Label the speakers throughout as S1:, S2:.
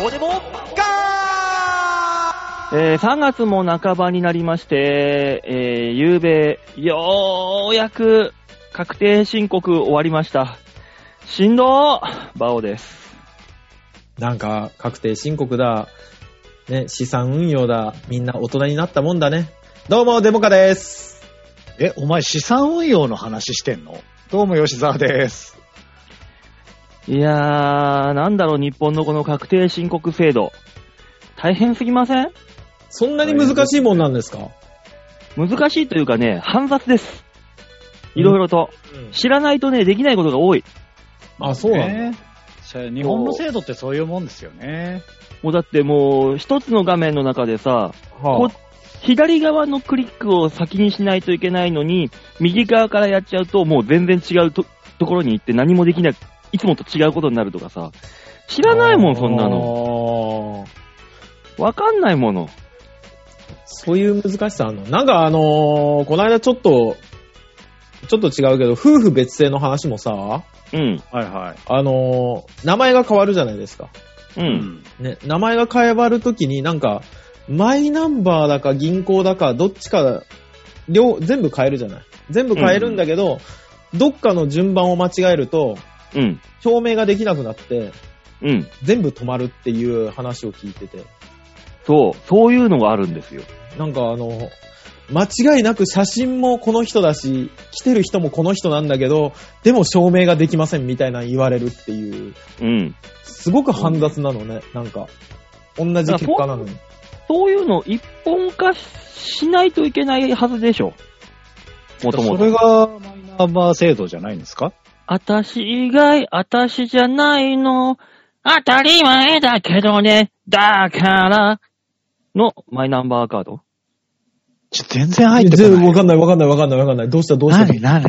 S1: どうでもガー
S2: えー3月も半ばになりまして、えー、ゆうべ、ようやく確定申告終わりました。しんどーバオです。
S3: なんか、確定申告だ。ね、資産運用だ。みんな大人になったもんだね。どうも、デモカです。
S1: え、お前資産運用の話してんのどうも吉沢です。
S2: いやー、なんだろう、日本のこの確定申告制度。大変すぎません
S3: そんなに難しいもんなんですか
S2: 難しいというかね、煩雑です。いろいろと。知らないとね、できないことが多い。
S3: あ、そうなんだ。
S1: ねしゃ日本の制度ってそういうもんですよね。
S2: もうだってもう、一つの画面の中でさ、
S3: は
S2: こ左側のクリックを先にしないといけないのに、右側からやっちゃうと、もう全然違うとところに行って何もできない、いつもと違うことになるとかさ、知ら
S3: あ
S2: ないもん、そんなの。
S3: の。
S2: わかんないもの。
S3: そういう難しさあんのなんかあのー、この間ちょっと、ちょっと違うけど、夫婦別姓の話もさ、
S2: うん、
S1: はいは
S3: あのー、名前が変わるじゃないですか。
S2: う、
S1: い。うんん。
S3: ね、名前が変わるときになんか、マイナンバーだか銀行だか、どっちか、両、全部変えるじゃない。全部変えるんだけど、どっかの順番を間違えると、
S2: うん、
S3: 証明ができなくなって、
S2: うん。
S3: 全部止まるっていう話を聞いてて。
S2: そう、そういうのがあるんですよ。
S3: なんかあの、間違いなく写真もこの人だし、来てる人もこの人なんだけど、でも証明ができませんみたいな言われるっていう、
S2: うん。
S3: すごく煩雑なのね、なんか。同じ結果なのに。
S2: そういうのを一本化しないといけないはずでしょ。もとも
S1: そ
S2: と
S1: れ。がマイナンバー制度じゃないんですか
S2: あたし以外、あたしじゃないの。当たり前だけどね。だから。の、マイナンバーカード。
S4: ちょ全然入ってこ
S3: 全
S4: な
S3: 然わ
S4: い。
S3: かんないわかんないわかんないわかんない。どうしたどうした
S4: 何何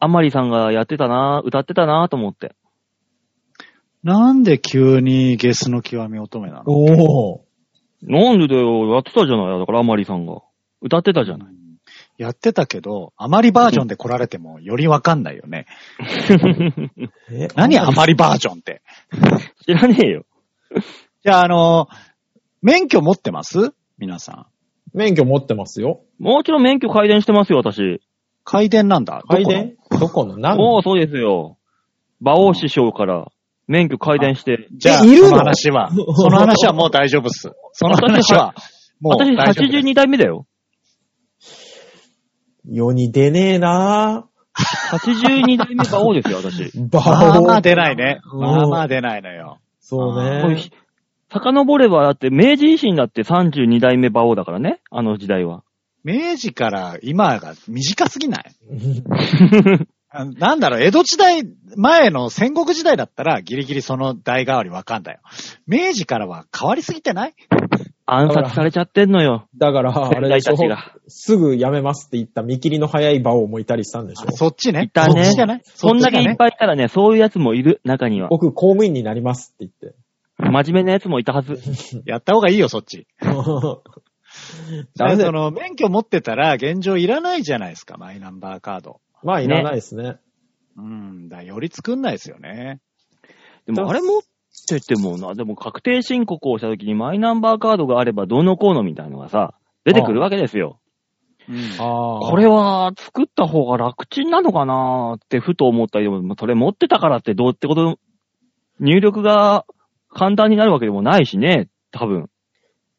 S2: あまりさんがやってたな、歌ってたなと思って。
S4: なんで急にゲスの極み乙女なの
S3: おー。
S2: なんでだよ、やってたじゃない。だからあまりさんが。歌ってたじゃ ない。
S4: やってたけど、あまりバージョンで来られてもよりわかんないよね。
S3: え
S4: 何あまりバージョンって。
S2: 知らねえよ。
S4: じゃあ、あの、免許持ってます皆さん。
S3: 免許持ってますよ。
S2: もちろん免許改伝してますよ、私。
S4: 回電なんだ。どこ
S3: 配
S4: の
S3: 電どこの何
S2: もうそうですよ。馬王師匠から免許改伝して。
S4: じゃあ、
S3: えいるの
S4: その話は、その話はもう大丈夫っす。その話は、もう
S2: 私
S4: 大丈夫です。
S2: 82代目だよ。
S3: 世に出ねえな
S2: 82代目馬王ですよ、私。
S3: ぁ。バ
S4: まあまあ出ないね。
S3: うん
S4: まあまあ出ないのよ。
S3: そう
S2: もう
S3: ね
S2: ひ。遡れば、だって、明治維新だって32代目馬王だからね、あの時代は。
S4: 明治から今が短すぎないあなんだろう、江戸時代前の戦国時代だったらギリギリその代替わりわかんだよ。明治からは変わりすぎてない
S2: 暗殺されちゃってんのよ。
S3: だ から、あれでしょ
S2: 先代たちが。
S3: すぐ辞めますって言った見切りの早い馬王もいたりしたんでしょ
S4: あ。そっちね。
S2: いたね
S4: そっちじゃない
S2: そんだけいっ
S4: い。
S2: ぱいいたらね、そういうやつもいる、中には。
S3: 僕、公務員になりますって言って。
S2: 真面目なやつもいたはず。
S4: やった方がいいよ、そっち。
S3: ダメだ
S4: そ
S3: よ。
S4: の、免許持ってたら現状いらないじゃないですか、マイナンバーカード。
S3: まあ、いらないですね。
S4: うん、だより作んないですよね。
S2: でも、あれ持っててもな、でも確定申告をした時にマイナンバーカードがあればどうのこうのみたいなのがさ、出てくるわけですよ。
S4: うん
S3: ああ。
S2: これは作った方が楽ちんなのかなーってふと思ったりでも、それ持ってたからってどうってこと、入力が簡単になるわけでもないしね、多分。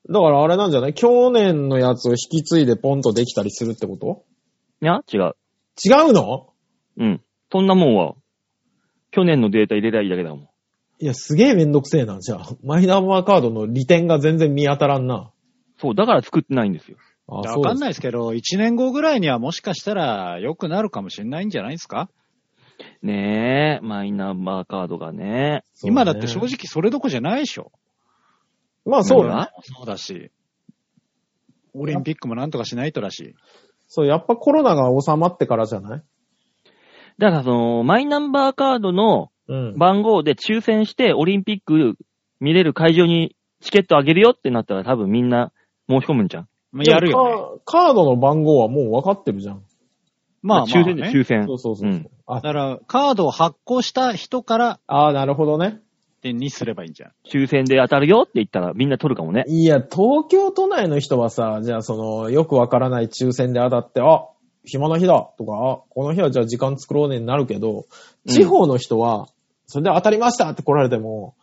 S3: だからあれなんじゃない去年のやつを引き継いでポンとできたりするってこと
S2: いや、違う。
S3: 違うの
S2: うん。そんなもんは、去年のデータ入れりゃいいだけだもん。
S3: いや、すげえめんどくせえな、じゃあ。 マイナンバーカードの利点が全然見当たらんな。
S2: そう、だから作ってないんですよ。
S3: あ
S4: わ
S3: そう
S4: か
S3: で
S4: ん
S3: す
S4: ないですけど、1年後ぐらいにはもしかしたら良くなるかもしれないんじゃないですか
S2: ねえ、マイナンバーカードがね。
S3: そうね
S4: 今だって正直それどこじゃないでしょ。
S3: まあそうね。
S2: だ
S4: そうだし。オリンピックもなんとかしないとだし。
S3: そう、やっぱコロナが収まってからじゃない
S2: だからその、マイナンバーカードの
S3: うん。
S2: 番号で抽選してオリンピック見れる会場にチケットあげるよってなったら多分みんな申し込むんじゃん。
S4: まあやるよね。
S3: ね。カードの番号はもう分かってるじゃん。
S4: まあ、まあ、
S2: 抽選で
S4: ね。
S2: 抽選
S3: そ。うそうそう。
S2: うん
S3: あ
S4: だから、カードを発行した人から
S3: あー、なるほどね。
S4: 点にすればいいんじゃん。
S2: 抽選で当たるよって言ったらみんな取るかもね。
S3: いや、東京都内の人はさ、じゃあその、よくわからない抽選で当たって、あ、暇な日だとか、あこの日はじゃあ時間作ろうねになるけど、地方の人は、それで当たりましたって来られても、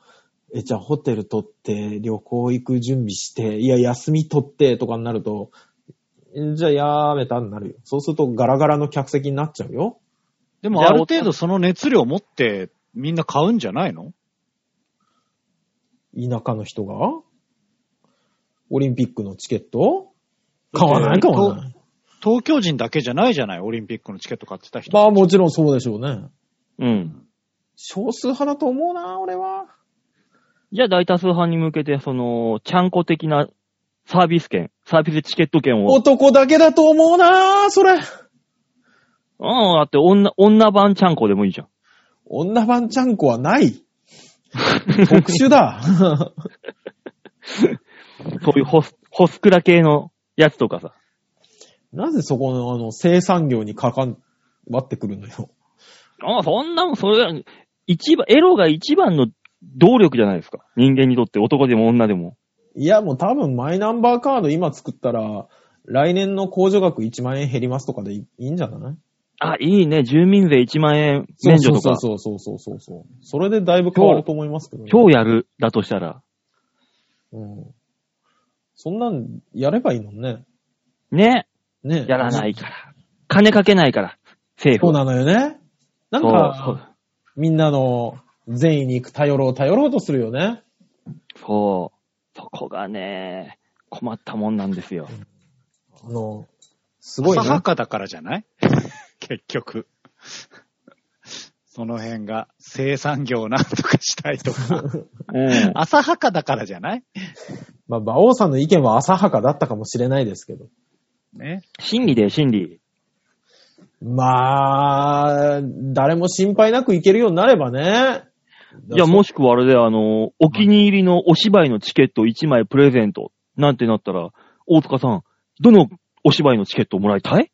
S3: え、じゃあホテル取って、旅行行く準備して、いや、休み取ってとかになると、んじゃあやめたになるよ。そうするとガラガラの客席になっちゃうよ。
S4: で
S2: い
S4: も
S2: や
S4: ある程度その熱量持ってみんな買うんじゃないの
S3: 田舎の人がオリンピックのチケット買わないかもね。
S4: 東京人だけじゃないじゃない、オリンピックのチケット買ってた人。
S3: まあもちろんそうでしょうね。
S2: うん。
S3: 少数派だと思うな、俺は。
S2: じゃあ大多数派に向けて、その、ちゃんこ的なサービス券、サービスチケット券を。
S3: 男だけだと思うな、それ。
S2: うん、だって女、女版ちゃんこでもいいじゃん。
S3: 女版ちゃんこは ない。特殊だ。
S2: そういうホス、 ホスクラ系のやつとかさ。
S3: なぜそこのあの生産業にかかん、わってくるのよ。
S2: ああ、そんなもん、それ、一番、エロが一番の動力じゃないですか。人間にとって男でも女でも。
S3: いや、もう多分マイナンバーカード今作ったら、来年の控除額1万円減りますとかでいいいいんじゃない
S2: あ、いいね。住民税1万円免除とか。
S3: そうそうそうそうそうそう。それでだいぶ変わると思いますけどね、
S2: 今日やる、だとしたら。
S3: うん。そんなん、やればいいのにね。
S2: ね。
S3: ね。
S2: やらないから。金かけないから。政
S3: そう
S2: 府。
S3: なのよね。なん
S2: そう
S3: か、みんなの善意に行く頼ろう、頼ろうとするよね。
S2: そう。そこがね、困ったもんなんですよ。
S3: あの、す
S4: す
S3: ごい
S4: は
S3: な。
S4: かだからじゃない 結局。 その辺が生産業をなんとかしたい とか。
S2: うん。
S4: 浅はかだからじゃない
S3: まあ、馬王さんの意見は浅はかだったかもしれないですけど。
S4: ね。
S2: 心理で、心理。
S3: まあ、誰も心配なく行けるようになればね。
S2: いや、もしくはあれで、あの、お気に入りのお芝居のチケット1枚プレゼント、なんてなったら、大塚さん、どのお芝居のチケットをもらいたい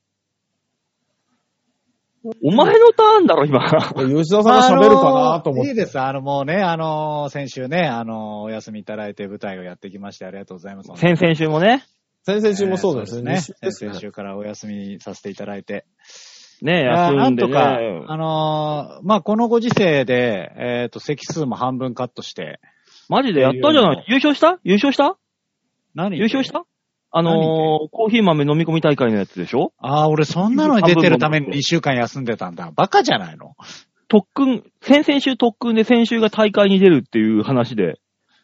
S2: お前のターンだろ、今。
S3: 吉田さんが喋るかなと思っ
S4: いい
S3: て。
S4: です。あの、もうね、あのー先週ね、あのーお休みいただいて舞台をやってきましてありがとうございます。
S2: 先々週もね、
S3: 先々週もそうです
S4: ね。
S3: ね。
S4: そうですね先々週からお休みさせていただいて。
S2: ね、
S4: あー
S2: 休
S4: なんん
S2: で
S4: と
S2: ね。
S4: か、あのーまあ、このご時世で、えっ、と、席数も半分カットして、
S2: マジでやったじゃない。優勝した優勝した
S4: 何
S2: 優勝したあのー、コーヒー豆飲み込み大会のやつでしょ
S4: ああ、俺そんなのに出てるために2週間休んでたんだ。バカじゃないの
S2: 特訓、先々週特訓で先週が大会に出るっていう話で、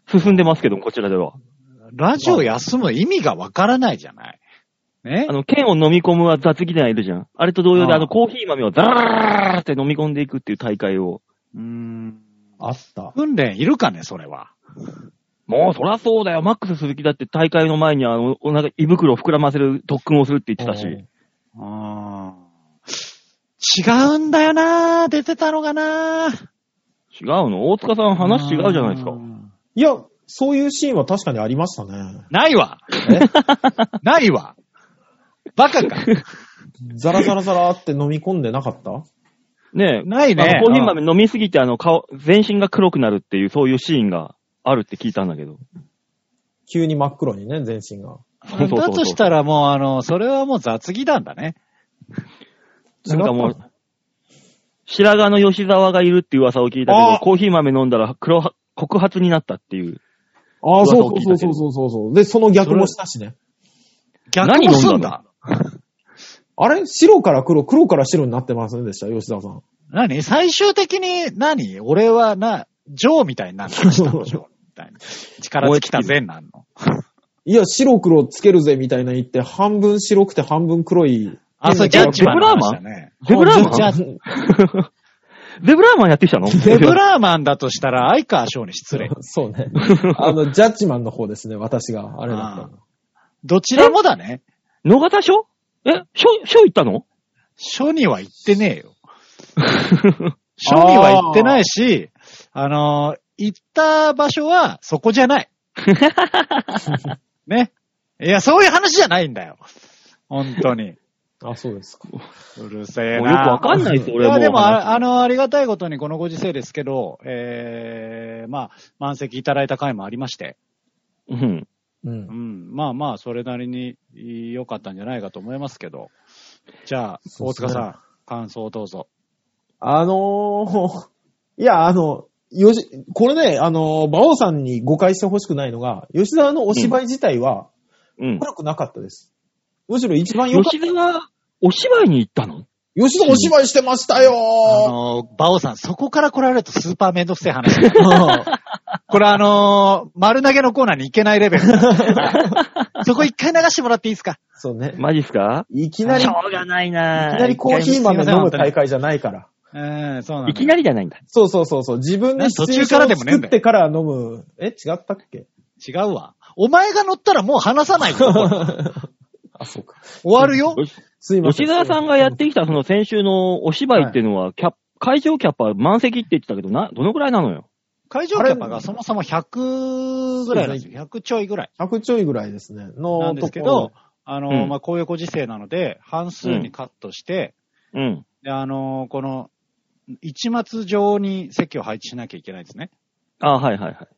S2: 進んでますけども、こちらでは。
S4: ラジオ休む意味がわからないじゃないね
S2: あの、剣を飲み込むは雑技団いるじゃん。あれと同様で、
S4: ああ
S2: あの、コーヒー豆をザララララララって飲み込んでいくっていう大会を。
S4: うーん。
S3: あった。
S4: 訓練いるかね、それは。
S2: もう、そらそうだよ。マックス鈴木だって大会の前に、あの、お腹、胃袋を膨らませる特訓をするって言ってたし。
S4: あ違うんだよな出てたのが
S2: 違
S4: な
S2: うの大塚さん話違うじゃないですか
S4: う。ん
S3: いや、そういうシーンは確かにありましたね。
S4: ないわ ないわバカか
S3: ザラザラザラって飲み込んでなかった
S2: ねえ。
S4: ないね
S2: あのコーヒー豆飲みすぎて、あの、顔、全身が黒くなるっていう、そういうシーンがあるって聞いたんだけど。
S3: 急に真っ黒にね、全身が。
S2: そうそうそう
S4: だとしたらもう、あの、それはもう雑技団だね。
S2: なんかも
S3: 違っ
S2: う、白髪の吉沢がいるっていう噂を聞いたけ
S3: ああ
S2: ど、コーヒー豆飲んだら黒は、告発になったっていう。
S3: たああ、
S2: 噂
S3: そ
S2: を
S3: う
S2: 聞い
S3: そ
S2: た
S3: う
S2: け
S3: そ
S2: ど
S3: うそうそうそう。で、その逆もしたしね。
S4: 逆もすんだ。
S3: あれ白から黒、黒から白になってませんでした吉田さん。
S4: 何最終的に何、俺はな、ジョーみたいになるの下のジョーみたいな。力尽きた善なんの。
S3: いや、白黒つけるぜみたいな言って、半分白くて半分黒い。
S4: あ、そう、ジャッジマンの話だね。
S2: ゼブラーマン
S3: じゃあ
S2: ゼブラーマンやってきたの
S4: ゼブラーマンだとしたら、相川翔に失礼。
S3: そうね。あの、ジャッジマンの方ですね、私が。あれだったの。
S4: どちらもだね。
S2: 野方署え、署、署行ったの
S4: 翔には言ってね えよ。翔には言ってないし、あの、行った場所はそこじ ゃない。ね。いや、そういう話じゃないんだよ。本当に。
S3: あ、そうですか。
S4: うるせえ
S2: もうよく
S4: な。
S2: わかんないです、
S4: い
S2: 俺も
S4: や、
S2: う。
S4: でも
S2: 話
S4: あ、あの、ありがたいことにこのご時世ですけど、ええまあ、満席いただいた回もありまして、
S2: うん。
S3: うん
S4: う。ん、まあまあ、それなりに良かったんじゃないかと思いますけど、じゃあ、
S3: そう
S4: 大
S3: ですね
S4: 塚さん、感想をどうぞ。
S3: あのー、いや、あの、よじ、これね、あのー、馬王さんに誤解してほしくないのが、吉沢のお芝居自体は
S2: うん。
S3: 悪くなかったです。むしろ一番良かっ
S2: 吉沢、お芝居に行ったの
S3: た。吉沢お芝居してましたよ
S4: あ
S3: ー
S4: の、バオさん、そこから来られるとスーパーめんどくせえ 話。
S3: う
S4: これあのー丸投げのコーナーに行けないレベル。 そこ一回流してもらっていいですか
S3: んそうね。
S2: マジっすか
S3: いきなり、
S2: し
S3: い
S2: ょうがないな
S3: きなりコーヒー豆飲む大会じゃないから。
S4: うん、そうなんだ。
S2: いきなりじゃないんだ。
S3: そうそうそうそう。自分でシチュエーションを作ってから飲む。え、違ったっけ
S4: 違うわ。お前が乗ったらもう話さないよ。これ
S3: あ、そうか。
S4: 終わるよ。
S3: すいませ
S2: 吉
S3: ん。
S2: 沢さんがやってきた、その先週のお芝居っていうのは、キャップ会場キャップは満席って言ってたけど、な、どのくらいなのよ。
S4: 会場キャパがそもそも100ぐらいなんですよ。100ちょいぐらい。
S3: 100ちょいぐらいですね。
S4: な
S3: の
S4: んですけ
S3: とこ
S4: ど、あの
S2: うん
S4: まあ、こういうご時世なので、半数にカットして、
S2: うん。
S4: で、あのこの、一末上に席を配置しなきゃいけないですね。
S2: あはいはいは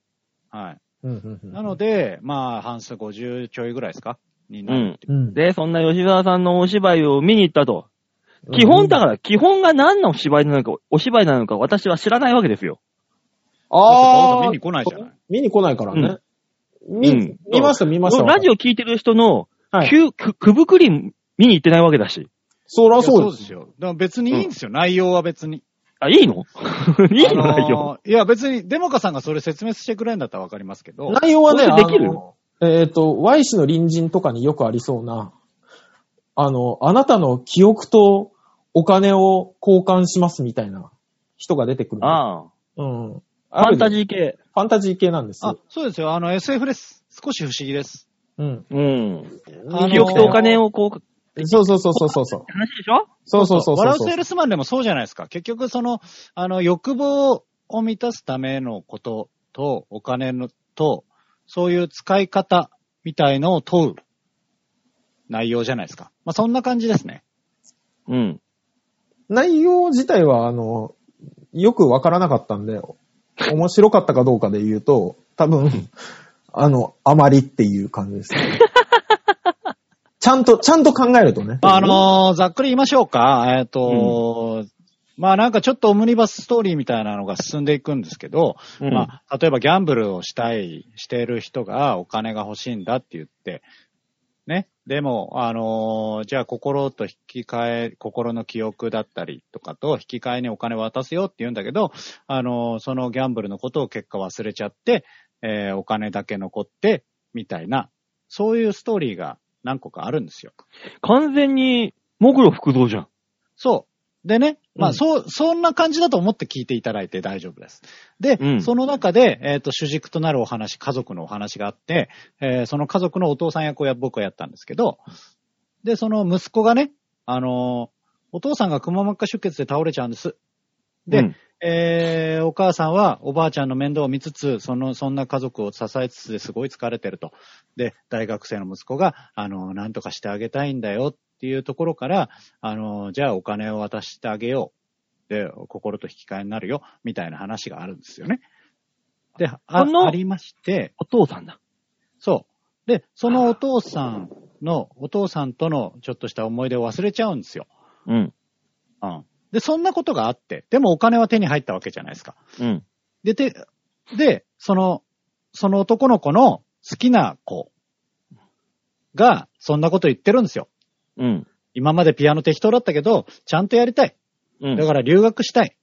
S2: い。
S4: はい。
S3: ろうんうんうん
S4: なので、まあ、半数50ちょいぐらいですかになるっていう。
S3: うん
S2: で、そんな吉沢さんのお芝居を見に行ったと。基本だから、基本が何の芝居なのか、お芝居なのか私は知らないわけですよ。
S4: あ
S3: あ
S4: あ。
S3: あ
S4: 見に来ないじゃない。
S3: 見に来ないからね。見、
S2: うん
S3: 見ました、見ました。
S2: ラジオ聞いてる人の、
S3: はい
S2: く、く、くぶくり見に行ってないわけだし。
S3: そら
S4: いや
S3: そう
S4: そ
S3: で
S4: うですす
S3: よ。
S4: よ。だから別にいいんですよ。内容は別に。
S2: あ、いい のいいの
S4: あのー
S2: 内容。
S4: いや、別に、デモカさんがそれ説明してくれるんだったらわかりますけど。
S3: 内容はね、
S2: これできる
S3: あのえっ、と、Y 氏の隣人とかによくありそうな、あの、あなたの記憶とお金を交換しますみたいな人が出てくる。
S2: あ
S3: うん。フ
S2: あ。ファンタ
S3: ジー。
S2: ジー系。
S3: ファンタジー系なんです
S4: あ
S3: よ。、
S4: そうですよ。あの、SF です。少し不思議です。
S3: うん。
S2: うん。
S4: あのー
S2: 記憶とお金をこう、
S3: そうそうそうそうそうそう。
S2: 話でしょ
S3: そうそうそうそう。
S4: 笑うセールスマンでもそうじゃないですか。結局、その、あの、欲望を満たすためのことと、お金の、と、そういう使い方みたいのを問う内容じゃないですか。まあ、そんな感じですね。
S2: うん。
S3: 内容自体は、あの、よくわからなかったんで、面白かったかどうかで言うと、多分、あの、あまりっていう感 じです。ちゃんと、ちゃんと考えるとね。
S4: まあ、あのーざっくり言いましょうか。えっ、と、まあなんかちょっとオムニバスストーリーみたいなのが進んでいくんですけど、
S2: うん
S4: まあ、例えばギャンブルをしたい、している人がお金が欲しいんだって言って、ね。でも、あのーじゃあ心と引き換え、心の記憶だったりとかと引き換えにお金渡すよって言うんだけど、あのーそのギャンブルのことを結果忘れちゃって、えーお金だけ残って、みたいな、そういうストーリーが何個かあるんですよ。
S2: 完全に、目黒福造じゃん。
S4: そう。でね、
S3: う
S4: まあ、
S3: ん
S4: そう、そんな感じだと思って聞いていただいて大丈夫です。で、
S2: うん
S4: その中で、えっ、と、主軸となるお話、家族のお話があって、えーその家族のお父さん役をや僕はやったんですけど、で、その息子がね、あのーお父さんがくも膜下出血で倒れちゃうんです。で、
S2: うん
S4: えーお母さんはおばあちゃんの面倒を見つつ、その、そんな家族を支えつつですごい疲れてると。で、大学生の息子が、あの、なんとかしてあげたいんだよっていうところから、あの、じゃあお金を渡してあげよう。で、心と引き換えになるよ、みたいな話があるんですよね。で、あ
S2: あの
S4: ありまして、
S2: お父さんだ。
S4: そう。で、そのお父さんの、お父さんとのちょっとした思い出を忘れちゃうんですよ。
S2: うん。
S4: うん。で、そんなことがあって、でもお金は手に入ったわけじゃないですか。
S2: うん。
S4: で、て、で、その、その男の子の好きな子が、そんなこと言ってるんですよ。
S2: うん。
S4: 今までピアノ適当だったけど、ちゃんとやりたい。
S2: うん。
S4: だから留学したい。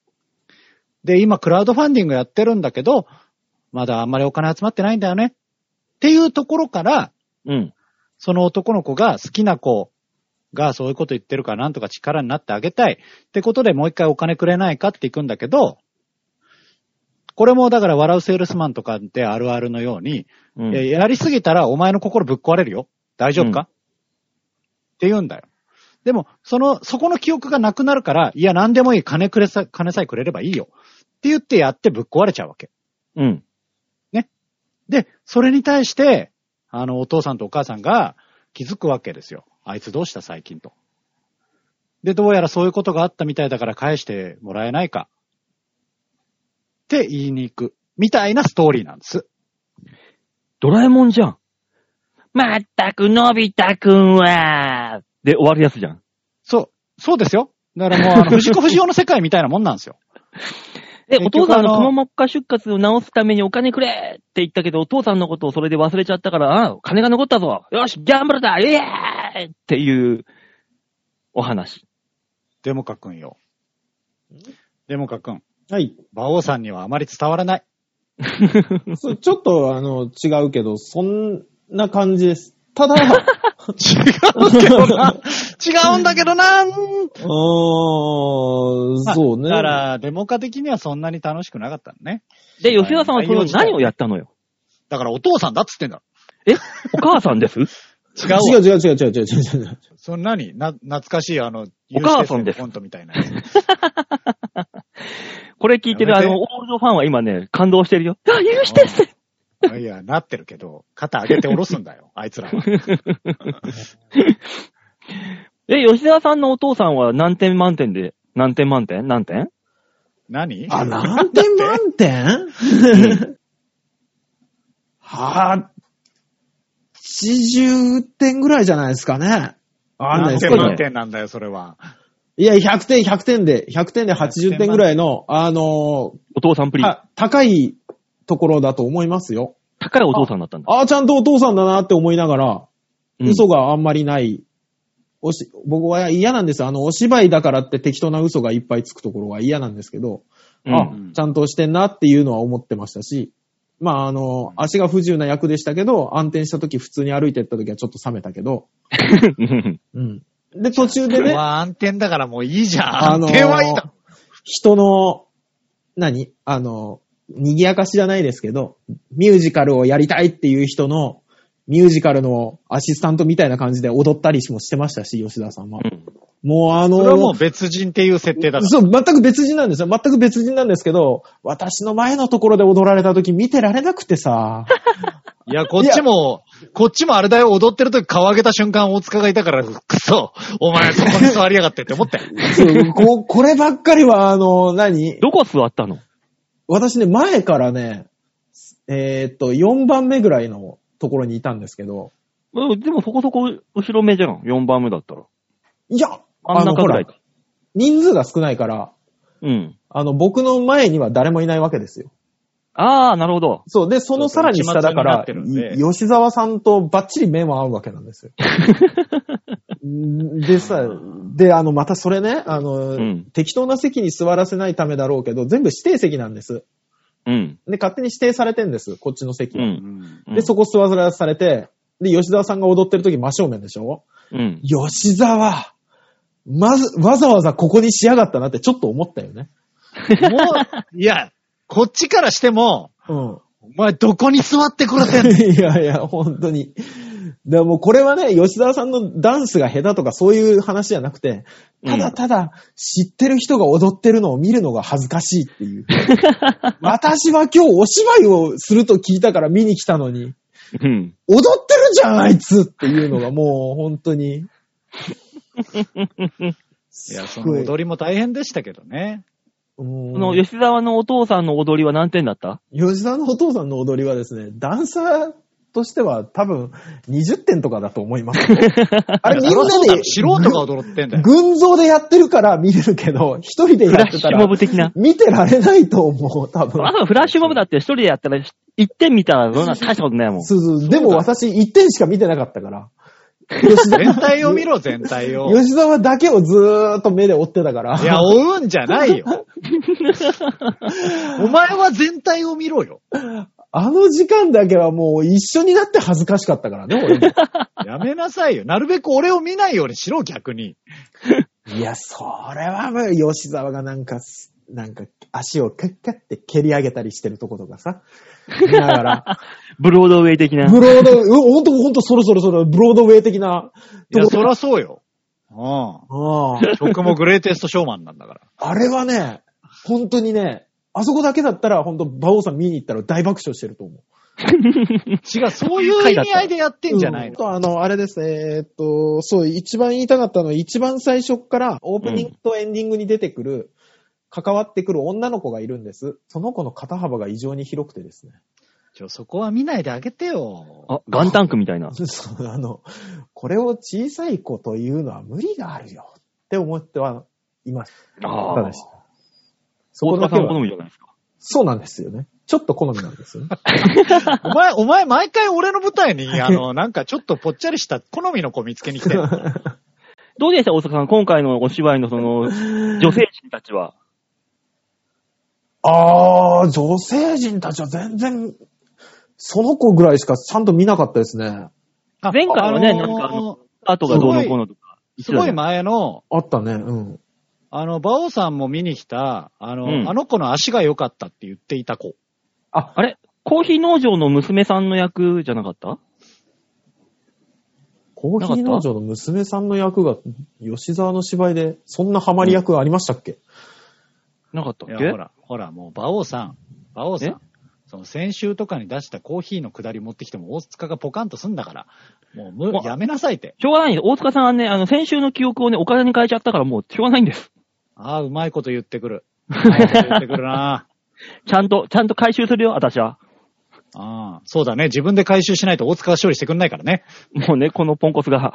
S4: で、今、クラウドファンディングやってるんだけど、まだあんまりお金集まってないんだよね。っていうところから、
S2: うん。
S4: その男の子が好きな子がそういうこと言ってるからなんとか力になってあげたいってことでもう一回お金くれないかっていくんだけど、これもだから笑うセールスマンとかってあるあるのように、
S2: うん。
S4: えやりすぎたらお前の心ぶっ壊れるよ。大丈夫か、
S2: うん
S4: って言うんだよ。でも、その、そこの記憶がなくなるから、いや、なんでもいい、金くれさ、金さえくれればいいよ。って言ってやってぶっ壊れちゃうわけ。
S2: うん。
S4: で、それに対して、あの、お父さんとお母さんが気づくわけですよ。あいつどうした最近と。で、どうやらそういうことがあったみたいだから返してもらえないか。って言いに行く。みたいなストーリーなんです。
S2: ドラえもんじゃん。まったく、のび太くんは、で終わるやつじゃん。
S4: そう。そうですよ。だから もう、あの、藤子不二雄の世界みたいなもんなんですよ。
S2: え、
S4: 結
S2: お父
S4: 局
S2: さんあ
S4: あ
S2: の
S4: の
S2: くも膜下出血を治すためにお金くれって言ったけど、お父さんのことをそれで忘れちゃったから、あ金が残ったぞよし、ギャンブルだイエーイっていう、お話。
S4: デモカ君よ。デモカ君、
S3: はい。
S4: 馬王さんにはあまり伝わらない。
S3: そうちょっと、あの、違うけど、そんな感じです。ただ、
S4: 違うけどな。 違うんだけどな。
S3: うーん、そうね。
S4: だから、デモカ的にはそんなに楽しくなかったのね。
S2: で、吉田さんはそれを
S4: 内容自体
S2: 何をやったのよ
S4: だからお父さんだっつってんだ
S2: お母さんです
S4: ろ。違う
S3: 違
S4: わ。
S3: う違う違う違う違う違う違う。
S4: そんなに、な、懐かしいあの、
S2: お母さんです
S4: コントみたい なやつ。
S2: これ聞いてる
S4: や
S2: あ
S4: めて
S2: の、オールドファンは今ね、感動してるよ。あ、許してって
S4: うんいや、なってるけど、肩上げて下ろすんだ よ、あいつらは。
S2: え、吉沢さんのお父さんは何点満点で、何点満点何点
S4: 何
S3: あ、何点満点 はぁ、80点ぐらいじゃないですかね。あんないで
S4: 何
S3: すけ
S4: 点
S3: ど
S4: 満点なんだよ、それは。
S3: いや、100点、100点で、100点で80点ぐらいの、あの
S2: お父さんプ
S3: ー
S2: リン。
S3: た高いところだと思いますよ。
S2: 高いお父さんだったんだ。
S3: ああ、ちゃんとお父さんだなって思いながら、
S2: うん
S3: 嘘があんまりない。おし、僕は嫌なんですよ。あの、お芝居だからって適当な嘘がいっぱいつくところは嫌なんですけど、
S2: うん
S3: あ、ちゃんとしてんなっていうのは思ってましたし、まあ、あの、足が不自由な役でしたけど、暗転した時普通に歩いてった時はちょっと冷めたけど、うん。で、途中で
S4: それ
S3: ね、
S4: は暗転だからもういいじゃん。
S3: あの
S4: 暗転はいいだ。
S3: 人の、何あの、賑やかしじゃないですけど、ミュージカルをやりたいっていう人の、ミュージカルのアシスタントみたいな感じで踊ったりもしてましたし、吉田さんは。
S2: うん
S3: もうあの、
S4: それはもう別人って いう設定だから。
S3: そう、全く別人なんですよ。全く別人なんですけど、私の前のところで踊られた時見てられなくて さ。
S4: いや、こっちも、こっちもあれだよ、踊ってる時顔上げた瞬間大塚がいたから、くそ、お前そこに座りやがってって思った よ。
S3: そうここればっかりは、あの、何
S2: どこ座ったの
S3: 私ね、前からね、えーっと、4番目ぐらいのところにいたんですけど、
S2: うんでもそこそこ後ろ目じゃん。4番目だったら。
S3: いや、
S2: 真ん中
S3: ほ
S2: ぐら
S3: ら
S2: い、か。
S3: 人数が少ないから、
S2: うん。
S3: あの、僕の前には誰もいないわけですよ。
S2: ああ、なるほど。
S3: そう。で、そのさらに下だか
S4: そう
S3: ら、
S4: そう一末になってるん
S3: い
S4: で
S3: 吉沢さんとバッチリ目も合うわけなんですよ。んでさ、で、あの、またそれね、あの、
S2: うん
S3: 適当な席に座らせないためだろうけど、全部指定席なんです。
S2: うん。
S3: で、勝手に指定されてんです、こっちの席。
S2: うん。うん
S3: で、そこ座らされて、で、吉沢さんが踊ってる時真正面でしょ
S2: うん。
S3: 吉沢まず、わざわざここにしやがったなってちょっと思ったよね。
S4: もう、いや、こっちからしても、
S3: うん。
S4: お前どこに座ってくれてんの
S3: いやいや、本当に。でもうこれはね、吉沢さんのダンスが下手とかそういう話じゃなくて、ただただ知ってる人が踊ってるのを見るのが恥ずかしいって いう。私は今日お芝居をすると聞いたから見に来たのに、
S2: うん。
S3: 踊ってるじゃん、あいつっていうのがもう本当に。
S4: いや、その踊りも大変でしたけどね。
S3: うん
S2: その吉沢のお父さんの踊りは何点だった
S3: 吉沢のお父さんの踊りはですね、ダンサーとしては多分20点とかだと思います。 あれみん
S4: そりゃ
S3: な
S4: そうだろ
S3: で
S4: 素人が踊ってんだよ。
S3: 群像でやってるから見れるけど、一人で
S2: フ
S3: や
S2: ラ
S3: っ
S2: ッ
S3: て
S2: シ
S3: た
S2: ュモ
S3: ら、
S2: ブ的な。
S3: 見てられないと思う、多
S2: あ
S3: 分。
S2: そうフラッシュモブだって一人でやったら1点見たらそんな大したことないもん。
S3: そうそうでも私、一点しか見てなかったから。吉
S4: 全体を見ろ、全体 を。
S3: 吉沢だけをずーっと目で追ってたから。
S4: いや、追うんじゃない よ。お前は全体を見ろよ。
S3: あの時間だけはもう一緒になって恥ずかしかったからね、俺も。
S4: やめなさいよ。なるべく俺を見ないようにしろ、逆に。
S3: いや、それはもう吉沢がなんかす、なんか足をカッカッって蹴り上げたりしてるとことかさ。見ながら。
S2: ブロードウェイ的な。
S3: ブロード、うんほんとほんとそろそろそろ、ブロードウェイ的な。
S4: いや、
S3: とこ
S4: そらそうよ。う
S3: ああ。
S4: ん。曲もグレーテストショーマンなんだから。
S3: あれはね、本当にね、あそこだけだったら、本当、馬王さん見に行ったら大爆笑してると思う。
S4: 違う、そういう意味合いでやってんじゃない
S3: うん
S4: の、
S3: とあの、あれですね、えーっと、そう、一番言いたかったのは、一番最初っからオープニングとエンディングに出てくる、関わってくる女の子がいるんです。その子の肩幅が異常に広くてですね。
S4: ちょ、そこは見ないであげてよ。
S2: あ、ガンタンクみたいな。
S3: そうあの、これを小さい子というのは無理があるよって思ってはいます。
S2: あ
S3: た
S2: あ
S3: だし。そ
S2: 大
S3: こだ
S2: 塚さ
S3: け
S2: ん好
S3: は、
S2: みじゃないですか。
S3: そうなんですよね。ちょっと好みなんですよね。
S4: お前、お前、毎回俺の舞台に、あの、なんかちょっとぽっちゃりした好みの子見つけに来て る。
S2: どうでした大阪さん、今回のお芝居のその、 女性陣たちは。
S3: あー、女性人たちは全然、その子ぐらいしかちゃんと見なかったですね。
S4: あ
S2: 前回はね
S4: あのー
S2: なんかあのあとがどうのこうのとか。
S4: すごい前の、
S3: あったね、うん。
S4: あの、馬王さんも見に来た、あの、
S2: うん
S4: あの子の足が良かったって言っていた子。
S2: あれコーヒー農場の娘さんの役じゃなかった
S3: コーヒー農場の娘さんの役が、吉沢の芝居で、そんなハマり役ありましたっけ、
S2: なかったっ
S4: い
S2: け
S4: や、ほら、ほら、もう馬王さん、馬王さ
S2: え
S4: ん。その先週とかに出したコーヒーの下り持ってきても大塚がポカンとすんだから、もうむ
S2: まあ
S4: やめなさいって。
S2: しょうがないんです。大塚さんはね、あの、先週の記憶をね、お金に変えちゃったからもう、しょうがないんです。
S4: ああ、うまいこと言ってくる。うまいこと言ってくるな。
S2: ちゃんと、ちゃんと回収するよ、私は。
S4: ああ、そうだね。自分で回収しないと大塚が勝利してくんないからね。
S2: もうね、このポンコツが。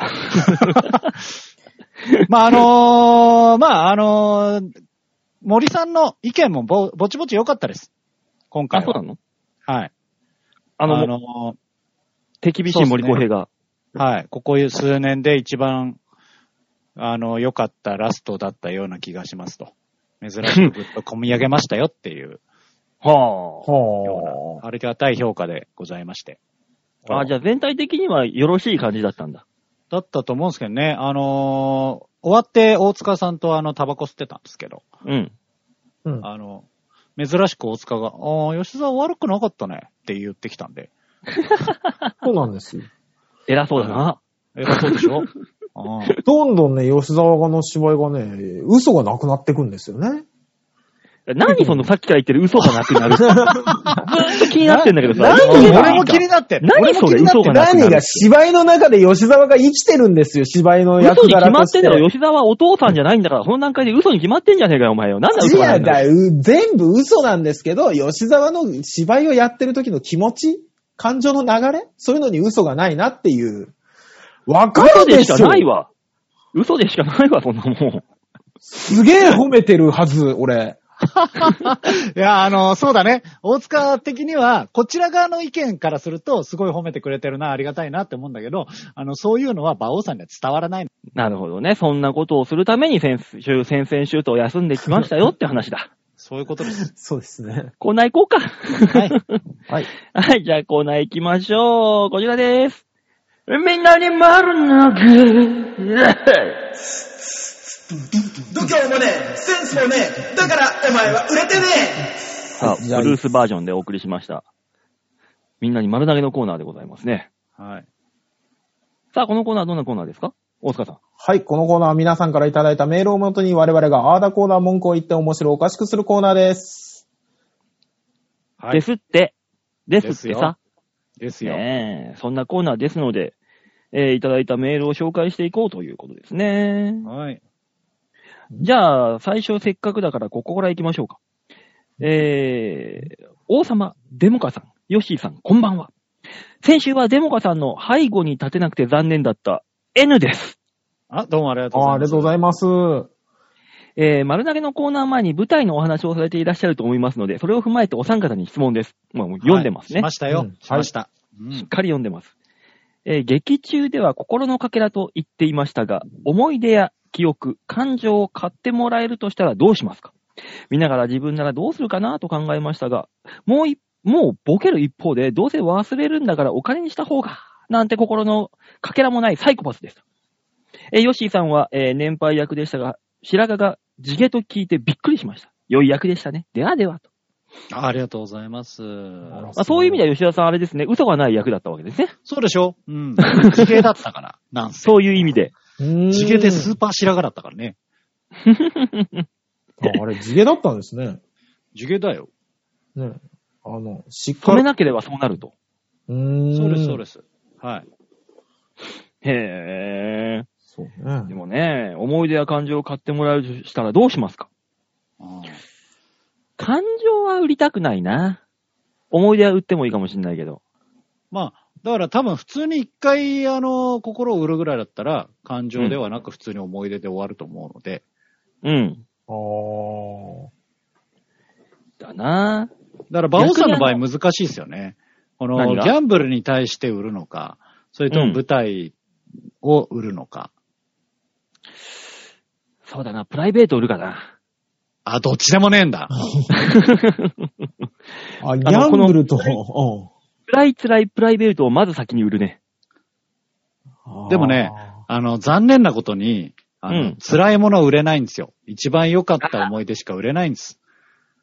S4: まあ、あのーまあ、あのー森さんの意見もぼ、ぼちぼち良かったです。今
S2: あ、
S4: 回
S2: そうな
S4: は。
S2: の
S4: はい。
S2: あの、
S4: あ
S2: もう
S4: のー
S2: 手厳しい森公平が。
S4: はい。ここ数年で一番、あの、良かったラストだったような気がしますと。珍しくぐっと込み上げましたよっていう
S2: は
S4: よ
S3: は
S4: うな、ありがたい評価でございまして。
S2: あ。あ、じゃあ全体的にはよろしい感じだったんだ。
S4: だったと思うんですけどね、あのー終わって大塚さんとあの、タバコ吸ってたんですけど、
S2: うん。
S3: うん。
S4: あの、珍しく大塚が、ああ、吉沢悪くなかったねって言ってきたんで、
S3: そうなんですよ。
S2: 偉そうだな。
S4: え、そうでしょ あ ー
S3: どんどんね、吉沢の芝居がね、嘘がなくなってくんですよね。
S2: 何そのさっきから言ってる嘘がなく なる。ずーっと気になってんだけどさ。
S3: 何
S4: 俺も気になってんの
S2: 何それ
S4: 俺も気にな
S2: 嘘がなくな
S4: ってんの
S3: 何
S2: る
S3: が。芝居の中で吉沢が生きてるんですよ、芝居の
S2: 嘘
S3: 役
S2: に決
S3: 柄
S2: ま
S3: と
S2: っ
S3: して
S2: てんだろ。吉沢はお父さんじゃないんだから、この段階で嘘に決まってんじゃねえかよ、お前よ。なんだ嘘
S3: い
S2: がな
S3: や
S2: いんだ
S3: だ
S2: よ。
S3: う全部嘘なんですけど、吉沢の芝居をやってる時の気持ち感情の流れそういうのに嘘がないなっていう。わか
S2: 嘘
S3: る
S2: で
S3: で
S2: し
S3: しょ
S2: かないわ。嘘でしかないわ、そんなもん。
S3: すげえ褒めてるはず、俺。
S4: いや、あの、そうだね。大塚的には、こちら側の意見からすると、すごい褒めてくれてるな、ありがたいなって思うんだけど、あの、そういうのは馬王さんには伝わらない。
S2: なるほどね。そんなことをするために先週、先々週と休んできましたよって話だ。
S4: そういうことです。
S3: そうですね。
S2: コーナー行こうか。
S4: はい。
S3: はい。
S2: はい、じゃあコーナー行きましょう。こちらです。みんなに丸投げ。
S5: 度胸もねえ、センスもねえ、だからお前は売れてねえ
S2: さあ、ブルースバージョンでお送りしました。みんなに丸投げのコーナーでございますね。
S4: はい。
S2: さあ、このコーナーはどんなコーナーですか大塚さん。
S3: はい、このコーナーは皆さんからいただいたメールをもとに我々がアーダコーナー文句を言って面白おかしくするコーナーです。
S4: はい
S2: ですって。です
S4: で
S2: っ
S4: す
S2: て
S4: よ
S2: さ。
S4: ですよ。
S2: ねえ、そんなコーナーですので、えーいただいたメールを紹介していこうということですね。
S4: はい。
S2: じゃあ、最初せっかくだから、ここから行きましょうか。えー、王様、デモカさん、ヨッシーさん、こんばんは。先週はデモカさんの背後に立てなくて残念だった N です。
S4: あ、どうもありがとうござい
S3: ああ
S4: ます。
S3: りがとうございます。
S2: えー、丸投げのコーナー前に舞台のお話をされていらっしゃると思いますので、それを踏まえてお三方に質問です。まあ、もう読んでますね。
S4: はいしましたよ。
S3: うん
S4: しました。
S2: しっかり読んでます。えー劇中では心のかけらと言っていましたが、思い出や記憶、感情を買ってもらえるとしたらどうしますか見ながら自分ならどうするかなと考えましたが、もうい、もうボケる一方で、どうせ忘れるんだからお金にした方が、なんて心のかけらもないサイコパスです。えーヨッシーさんは、えー年配役でしたが、白髪が地毛と聞いてびっくりしました。良い役でしたね。ではではと。
S4: あありがとうございます。
S3: ら
S2: まあ、そういう意味では吉田さんあれですね、嘘がない役だったわけですね。
S4: そうでしょうん。地形だったから。なんせ。
S2: そういう意味で。
S3: 地
S4: 地形でスーパー白髪だったからね。
S3: ああれ、地毛だったんですね。
S4: 地形だよ。
S3: ね。あの、しっ
S2: 止
S3: か
S2: め
S3: り、
S2: なければそうなると。
S3: うーん。
S4: そうです、そうです。はい。
S2: へえ。
S3: そうね。
S2: でもね、思い出や感情を買ってもらえるとしたらどうしますか
S4: うん
S2: 感情は売りたくないな。思い出は売ってもいいかもしれないけど。
S4: まあ、だから多分普通に一回、あの、心を売るぐらいだったら、感情ではなく普通に思い出で終わると思うので、
S2: うん。
S3: あー
S2: だな。
S4: だから、馬王さんの場合難しいですよね。この、
S2: 何
S4: ギ
S2: が
S4: ャンブルに対して売るのか、それとも舞台を売るのか。
S2: そうだな、プライベート売るかな。
S4: あ、どっちでもねえんだ。
S3: あ、ギャンブルと、うん
S2: 辛い辛いプライベートをまず先に売るね。
S3: あー
S4: でもね、あの、残念なことに、あの、
S2: うん
S4: 辛いものは売れないんですよ。一番良かった思い出しか売れないんです。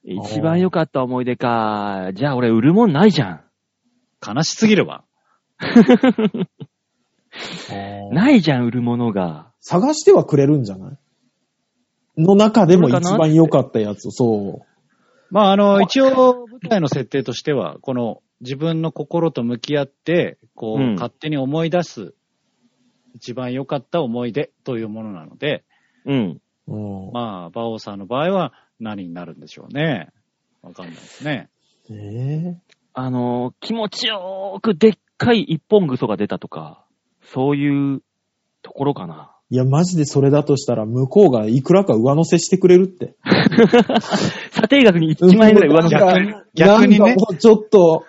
S2: 一番良かった思い出か。じゃあ俺売るもんないじゃん。
S4: 悲しすぎるわ。
S3: ない。
S2: ないじゃん、売るものが。
S3: 探してはくれるんじゃないの中でも一番良かったやつ、そ
S4: まあ、あの、一応、舞台の設定としては、この、自分の心と向き合って、こう、
S2: うん
S4: 勝手に思い出す、一番良かった思い出というものなので、
S2: うん。
S3: う。うん
S4: まあ、馬王さんの場合は何になるんでしょうね。わかんないですね。
S3: え
S2: あのー、気持ちよーくでっかい一本グソが出たとか、そういうところかな。
S3: えいや、マジでそれだとしたら、向こうがいくらか上乗せしてくれるって。
S2: 査定額に1万円ぐらい上乗せ
S4: うん
S2: た。
S4: 逆に
S3: な
S4: ね
S3: んかもうちょっと、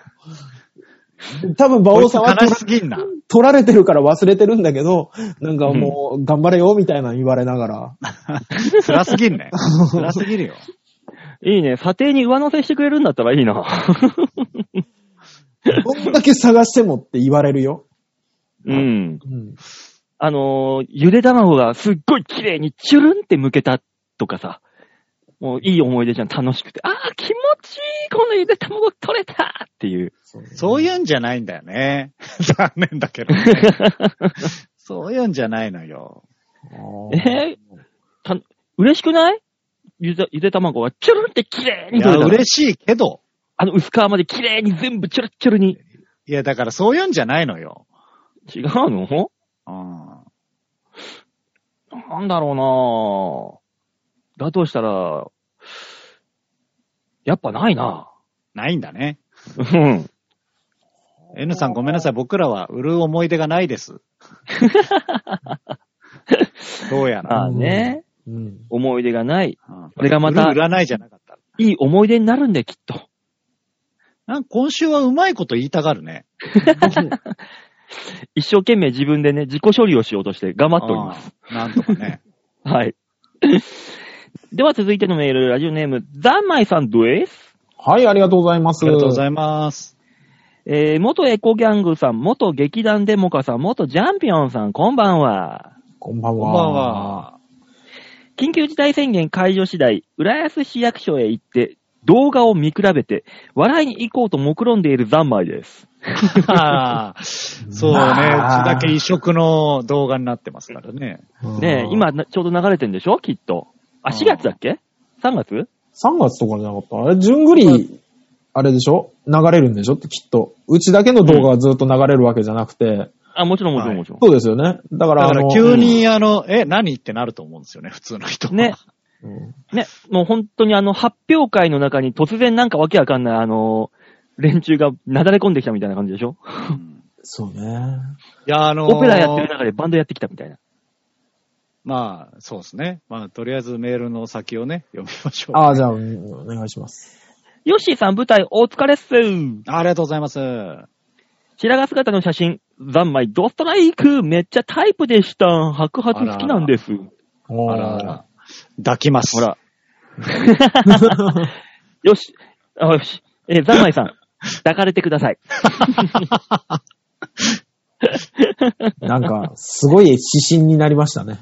S3: 多分、馬王さんは
S4: こい
S3: 取
S4: つ
S3: ら
S4: 悲しすぎ んな。
S3: 取られてるから忘れてるんだけど、なんかもう、頑張れよ、みたいなの言われながら。
S4: 辛すぎんね。辛すぎるよ。
S2: いいね。査定に上乗せしてくれるんだったらいい な。
S3: どんだけ探してもって言われるよ。
S2: うん。
S3: うん。
S2: あのー、ゆで卵がすっごい綺麗にチュルンって剥けたとかさ、もういい思い出じゃん。楽しくて。あー、気持ちいいこのゆで卵取れたっていう。
S4: そういうんじゃないんだよね。 残念だけど、ね。そういうんじゃないのよ。
S3: あー
S2: えー、た嬉しくないゆで、ゆで卵がチュルンって綺麗
S4: い
S2: に
S4: や、
S2: 取れた。
S4: 嬉しいけど。
S2: あの薄皮まで綺麗に全部チュルッチュルに。
S4: いや、だからそういうんじゃないのよ。
S2: 違うの
S4: うん。
S2: なんだろうなぁ。だとしたら、やっぱないな
S4: ないんだね。
S2: ぁ。うん。
S4: N さんごめんなさい。僕らは売る思い出がない です。どうやら。
S2: まあね、
S3: うん。
S2: 思い出がない。
S4: うん
S2: これがまた
S4: 売る売らないじゃなかった。
S2: いい思い出になるんだよ、きっと。
S4: なんか今週はうまいこと言いたがるね。
S2: 一生懸命自分でね、自己処理をしようとして頑張っております。
S4: うんなんと かね。
S2: はい。では続いてのメール、ラジオネーム、ザンマイさんです。
S3: はい、ありがとうございます。
S4: ありがとうござ
S3: い
S4: います。
S2: えー、元エコギャングさん、元劇団デモカさん、元ジャンピオンさん、こんばんは。
S3: ます。こんばんは。
S4: こんば んは。
S2: 緊急事態宣言解除次第、浦安市役所へ行って、動画を見比べて、笑いに行こうと目論んでいる三昧です。
S4: あーそうね。うち
S3: まあ
S4: だけ異色の動画になってますからね。
S3: うん。
S2: ねえ、今なちょうど流れてんでしょきっと。あ、4月だっけ ?3 月
S3: 3月とかじゃなかったあれ、じゅんぐり、あれでしょ流れるんでしょってきっと。うちだけの動画はずっと流れるわけじゃなくて。
S2: あ、もちろんもちろ
S4: は
S2: ん
S4: い
S2: もちろん。
S3: そうですよね。だから、あ
S4: だから
S3: の、
S4: 急に、あの、え、何ってなると思うんですよね、普通の人は
S2: ね。
S3: うん
S2: ね、もう本当にあの、発表会の中に突然なんかわけわかんない、あのー連中がなだれ込んできたみたいな感じでしょ
S4: うん
S3: そうね。
S4: いや、あのー
S2: オペラやってる中でバンドやってきたみたいな。
S4: まあ、そうですね。まあ、とりあえずメールの先をね、読みましょう。
S3: ああ、じゃあ、うんお願いします。
S2: ヨッシーさん舞台お疲れっす。
S4: ありがとうございます。あ
S2: 白髪姿の写真、三昧ドストライク、めっちゃタイプでした。白髪好きなんです。
S3: おー
S4: らあら。抱きます。
S2: ほら。よし、あよし、えー、ザンマイさ ん、抱かれてください。
S3: なんか、すごい指針になりましたね。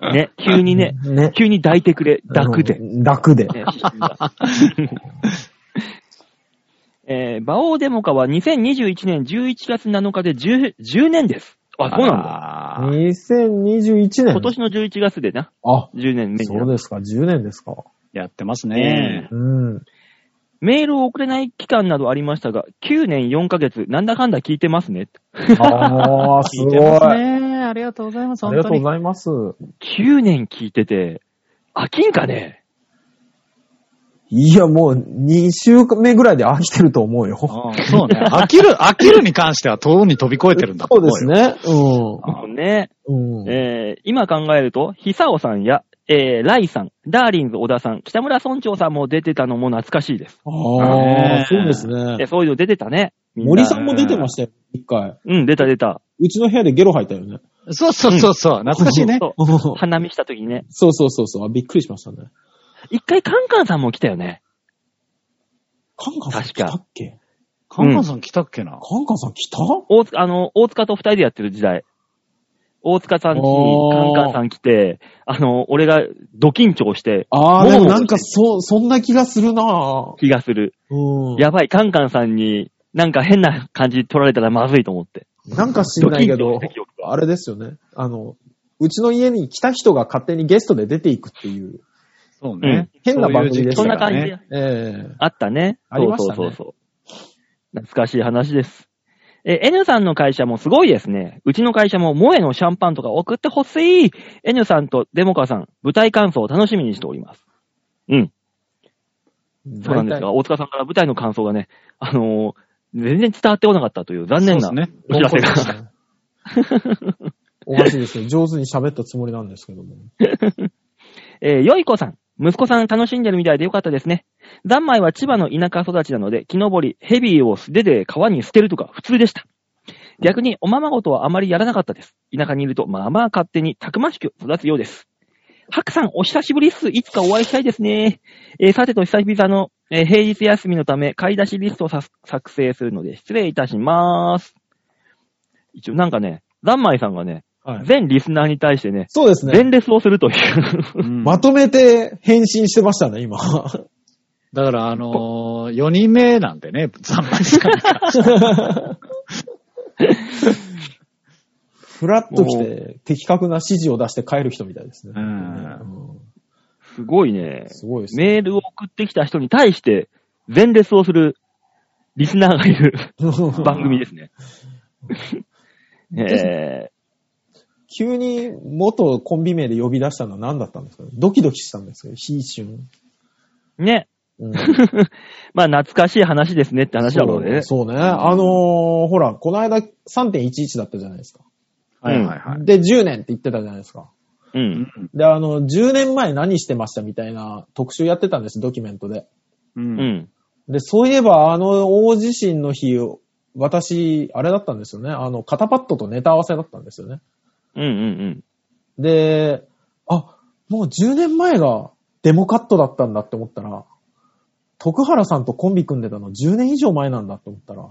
S2: ね、急にね、
S3: ね。
S2: 急に抱いてくれ、抱くで。ね
S3: うん。楽で。
S2: えー、馬王デモカは2021年11月7日で 10, 10年です。あ、そうなんだ。
S4: だ。
S3: 2021年。
S2: 今年の11月でな、
S3: あ、
S2: 10年目に
S3: そう
S2: な。
S3: ですか、10年ですか。
S4: やってますね。
S3: うん。
S2: メールを送れない期間などありましたが、9年4ヶ月、なんだかんだ聞いてますね。
S3: ああ、す
S4: 聞い
S3: ご
S4: て
S3: い。
S4: ます
S3: あ
S4: ね。ありがとうございます。
S3: り
S4: 本
S3: が
S4: 当
S3: とう
S4: に
S3: ご。ざいます。
S2: 9年聞いてて、飽きんかね
S3: いや、もう2週目ぐらいで飽きてると思うよ。
S4: うんそ うね。飽きる、飽きるに関しては、とうに飛び越えてるんだと
S3: そう
S4: 思
S3: で
S4: よ
S3: す。ね。
S2: ね、
S3: うん。うん。
S2: えー今考えると、久尾さんや、えーライさん、ダーリンズ小田さん、北村村長さんも出てたのも懐かしいです。
S3: あ
S4: ね
S3: あ、そうです
S2: え
S3: ね。
S2: そういうの出てたね。みな
S3: 森さんも出てましたよ、一回。
S2: うん、出た出た。
S3: うちの部屋でゲロ吐いたよ ね。
S4: そうそうそうそう、懐かしいね。
S2: そう
S3: そう
S2: 花見した時にね。
S3: そうそうそうあ。びっくりしましたね。
S2: 一回カンカンさんも来たよね。
S3: カンカンさん来
S2: 確か
S3: たっけ
S4: カンカンさん来たっけな、
S3: カンカンさん来た
S2: 大塚、あの、大塚と二人でやってる時代。大塚さんちにカンカンさん来て、あの、俺がド緊張して
S3: ああ、で
S2: もう
S3: もなんかそ、そんな気がするなぁ。
S2: 気がする。
S3: うん。
S2: やばい、カンカンさんになんか変な感じ取られたらまずいと思って。
S3: なんか知んないけ
S2: ド
S3: ど
S2: キッとした記憶、
S3: あれですよね。あの、うちの家に来た人が勝手にゲストで出ていくっていう。
S4: そうね、
S3: 変な番組で
S4: そ
S3: し
S2: そ
S4: うんいう
S2: な
S4: 時期
S2: 感
S4: だね
S2: じで
S3: ええ
S2: あったね。
S3: ありましたね
S2: そうそうそうそう。懐かしい話です。え、N さんの会社もすごいですね。うちの会社も萌えのシャンパンとか送ってほしい !N さんとデモカさん、舞台感想を楽しみにしております。うん。そうなんですが、大塚さんから舞台の感想がね、あのー全然伝わってこなかったという残念な
S4: そうですね。
S2: お知らせが。
S3: が。 おかしいですね。上手に喋ったつもりなんですけども。
S2: えーよいこさん。息子さん楽しんでるみたいでよかったですね。三昧は千葉の田舎育ちなので、木登り、ヘビーを素手で川に捨てるとか普通でした。逆におままごとはあまりやらなかったです。田舎にいるとまあまあ勝手にたくましく育つようです。ハクさんお久しぶりっす。いつかお会いしたいですね。えーさてと久々の、えー平日休みのため買い出しリストをさ作成するので失礼いたします。一応なんかね、三昧さんがね、
S3: はい。
S2: 全リスナーに対してね、
S3: そうですね
S2: 連。列をするという。
S4: う ん
S3: まとめて返信してましたね、 今。
S4: だから、あのー、4人目なんでね、残念ですから。
S3: ふらっと来て、的確な指示を出して帰る人みたいですね。
S4: うん
S3: うん
S2: すごいね。
S3: すごいですね。
S2: メールを送ってきた人に対して、前列をするリスナーがい る番組ですね。え
S3: 急に元コンビ名で呼び出したのは何だったんですかドキドキしたんですけど、一瞬。
S2: ー、ね。
S3: うん、
S2: まあ、懐かしい話ですねって話だろうね。
S3: そうね。あのーほら、この間3.11だったじゃないですか。
S4: はいはいはい。
S3: で、10年って言ってたじゃないですか。
S2: うん。
S3: で、あの、10年前何してましたみたいな特集やってたんです、ドキュメントで。
S4: う
S2: うんん。
S3: で、そういえば、あの、大地震の日、私、あれだったんですよね。あの、肩パッドとネタ合わせだったんですよね。
S2: うんうん
S3: で、あ、もう10年前がデモカットだったんだって思ったら、徳原さんとコンビ組んでたの10年以上前なんだって思ったら、
S2: うん。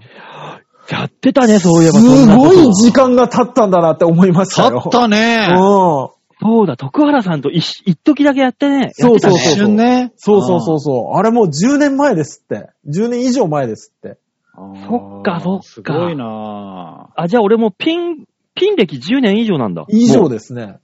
S2: やってたね、そういえば。そ
S3: す
S2: んなこ
S3: ご
S2: と
S3: い時間が経ったんだなって思いました
S4: 去
S3: よ。
S4: ったね。
S3: うん。
S2: そうだ、徳原さんと一、一時だけやってね。
S3: そうそうそう
S4: 一瞬ね。
S3: そうそうそうそう。あれもう10年前ですって。10年以上前ですって。
S4: うん。
S2: そっかそっか
S4: すごいなぁ
S2: あ、じゃあ俺もピン、ピン歴10年以上なんだ。
S3: 以
S2: も
S3: 上
S2: う
S3: ですね。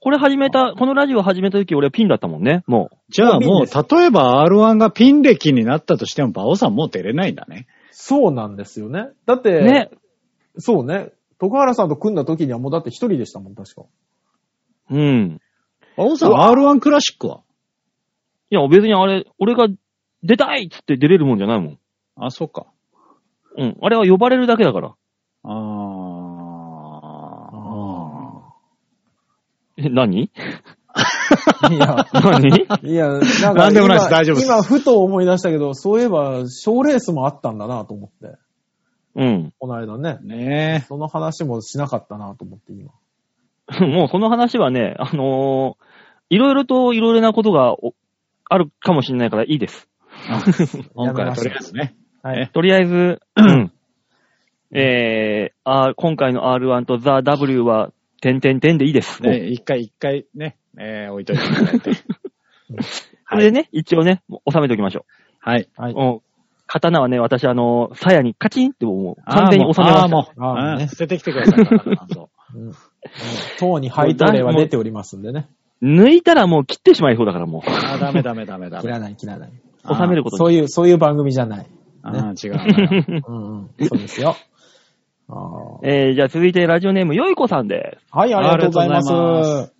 S2: これ始めた、このラジオ始めた時俺はピンだったもんね、もう。
S4: じゃあもう、例えば R1 がピン歴になったとしても、馬王さんもう出れないんだね。
S3: そうなんですよね。だって、
S2: ね。
S3: そうね。徳原さんと組んだ時にはもうだって一人でしたもん、確か。
S2: うん。
S4: 馬王さん、
S3: う
S4: R1 クラシックはい
S2: や、別にあれ、俺が出たいっつって出れるもんじゃないもん。
S4: あ、そっか。
S2: うん。あれは呼ばれるだけだから。
S4: あ
S2: え、
S4: ー。
S2: 何
S3: いや、
S2: 何
S3: いや、なんか
S4: なんでもないです
S3: 今
S4: 大丈夫です
S3: 今、ふと思い出したけど、そういえば、賞レースもあったんだなと思って。
S2: うん。
S3: この間ね。
S4: ね
S3: その話もしなかったなと思って、今。
S2: もうその話はね、あのー、いろいろといろいろなことがおあるかもしれないからいいです。
S4: え。今回はとりあえずね。
S3: はい。
S2: とりあえず、 うんえー、あー今回の R1 と The W は、点点点でいいです。もう
S4: ね一回一回ね、えー置いといていただ いて。
S2: それでね、一応ね、もう収めておきましょ
S4: はい。
S3: は
S2: う。
S3: い。
S2: うん刀はね、私、あのー、鞘にカチンってもう、
S4: あ
S2: 完
S4: ー
S2: 全
S4: も
S2: に
S4: う
S2: 収めま
S4: あー
S2: した。
S4: もう
S3: あー
S4: うん
S3: ね
S4: 捨ててきてください。感想
S3: うん当に配当例は出ておりますんでね。
S2: 抜いたらもう切ってしまいそうだからもう。
S4: あー、ダメダメダメダ
S3: 切
S4: メ。
S3: らない、切らない。
S2: 収めること
S3: そう
S2: に。
S3: いう、そういう番組じゃない。
S4: ああ、違う な。
S3: うんうん。そうですよ。あー
S2: えー、じゃあ続いてラジオネーム、よいこさんです。
S3: はい、ありがとうございます。
S4: ありがとうござい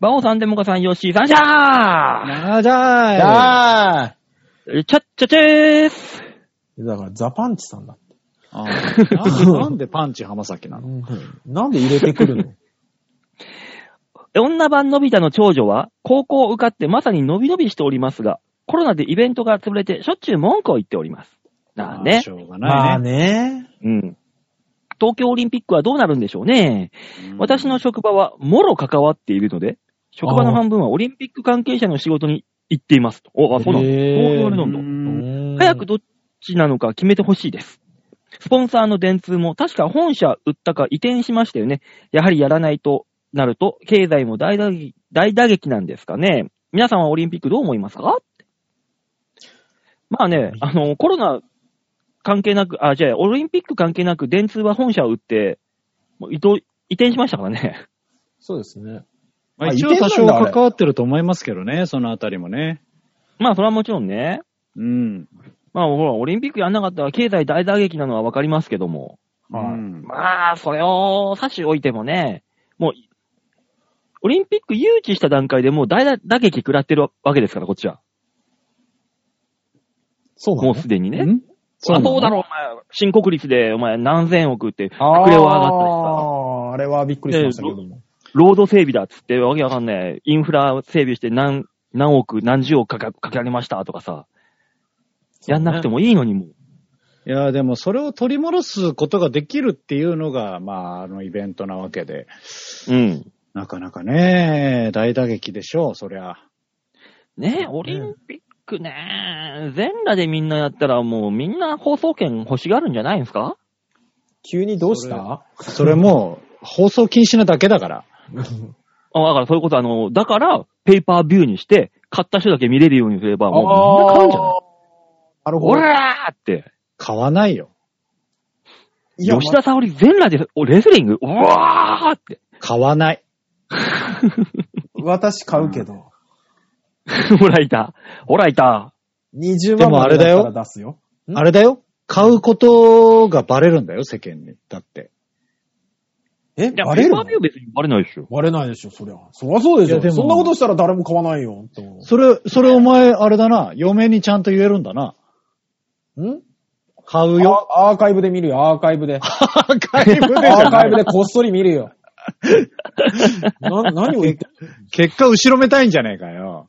S2: バオさん、デモカさん、ヨッシーさん、シャ
S4: 長だい。
S2: ー
S3: あ
S2: チャッチャチェース
S3: ーだから、ザパンチさんだって。
S4: あーななんでパンチ浜崎なの
S3: なんで入れてくるの
S2: 女版のび太の長女は、高校を受かってまさに伸び伸びしておりますが、コロナでイベントが潰れてしょっちゅう文句を言っております。だ
S4: あー
S2: ね
S4: し。ょう
S3: ま
S4: がな
S3: あ
S4: いね。
S3: ね。
S2: うん。東京オリンピックはどうなるんでしょうね。
S4: うん
S2: 私の職場はもろ関わっているので、職場の半分はオリンピック関係者の仕事に行っていますと。お、あ、そうなんだ。
S3: へ
S2: 東
S3: ー
S2: 京あれなんだ。
S3: うん
S2: 早くどっちなのか決めてほしいです。スポンサーの電通も確か本社売ったか移転しましたよね。やはりやらないとなると経済も大打撃大打撃なんですかね。皆さんはオリンピックどう思いますかってまあね、あの、コロナ関係なく、あ、じゃあオリンピック関係なく電通は本社を売って、もう移動移転しましたからね。
S3: そうですね。
S4: まあ
S3: あ
S4: 一応多
S3: 移転
S4: 少
S3: なんだあれ
S4: 関わってると思いますけどね、そのあたりもね。
S2: まあそれはもちろんね。
S4: うん。
S2: まあほら、オリンピックやんなかったら経済大打撃なのはわかりますけども。
S3: はい
S4: うん
S2: まあ、それを差し置いてもね、もう、オリンピック誘致した段階でもう大打撃食らってるわけですから、こっちは。
S3: そうな
S2: も
S3: の
S2: うすでにね。
S4: ん
S2: そりゃそうだろ、お前。新国立で、お前何千億って、膨れは上がった
S3: あーあれはびっくりしましたけども。
S2: りさ、ロード整備だっつって、わけわかんない。インフラ整備して何、何億、何十億かかかけられましたとかさ。やんなくてもいいのにもう。
S4: いや、でもそれを取り戻すことができるっていうのが、まあ、あのイベントなわけで。
S2: うん。
S4: なかなかね、大打撃でしょう、そりゃ。
S2: ねえ、オリンピックねえ、全裸でみんなやったらもうみんな放送権欲しがるんじゃないんですか
S3: 急にどうした
S4: それも、放送禁止なだけだから。
S2: あ、だからそういうこと、あの、だから、ペーパービューにして、買った人だけ見れるようにすれば、もうみんな買うんじゃない
S3: なる
S2: お
S3: ほど。
S2: らーって。
S4: 買わないよ。
S3: いや
S2: 吉田沙保里全裸で、おレスリングうわーって。
S4: 買わない。
S3: 私買うけど、
S2: ほらいた。ほらいた。
S3: 20
S4: で
S3: 万
S4: も
S3: ま
S4: あ
S3: で
S4: れだ
S3: だ
S4: よ
S3: ったら出すよ。ん
S4: あれだよ。買うことがバレるんだよ、世間に。だって。
S3: え、
S2: いや、
S3: バ
S2: ペ
S3: レ
S2: ー
S3: る
S2: パー
S3: の
S2: ビュー別にバレないでしょ。
S3: バレないでしょ、そりゃ。そりゃそうでし
S4: いやで
S3: ょ。
S4: も
S3: そんなことしたら誰も買わないよ。と
S4: それ、それお前、あれだな。嫁にちゃんと言えるんだな。
S3: ん
S4: 買うよ。
S3: あアーカイブで見るよ、アーカイブ で。
S4: アーカイブでじ
S3: ア
S4: ゃ
S3: ーカ
S4: な
S3: イブ
S4: い。
S3: でこっそり見るよ。な、何を言って
S4: 結果、後ろめたいんじゃねえかよ。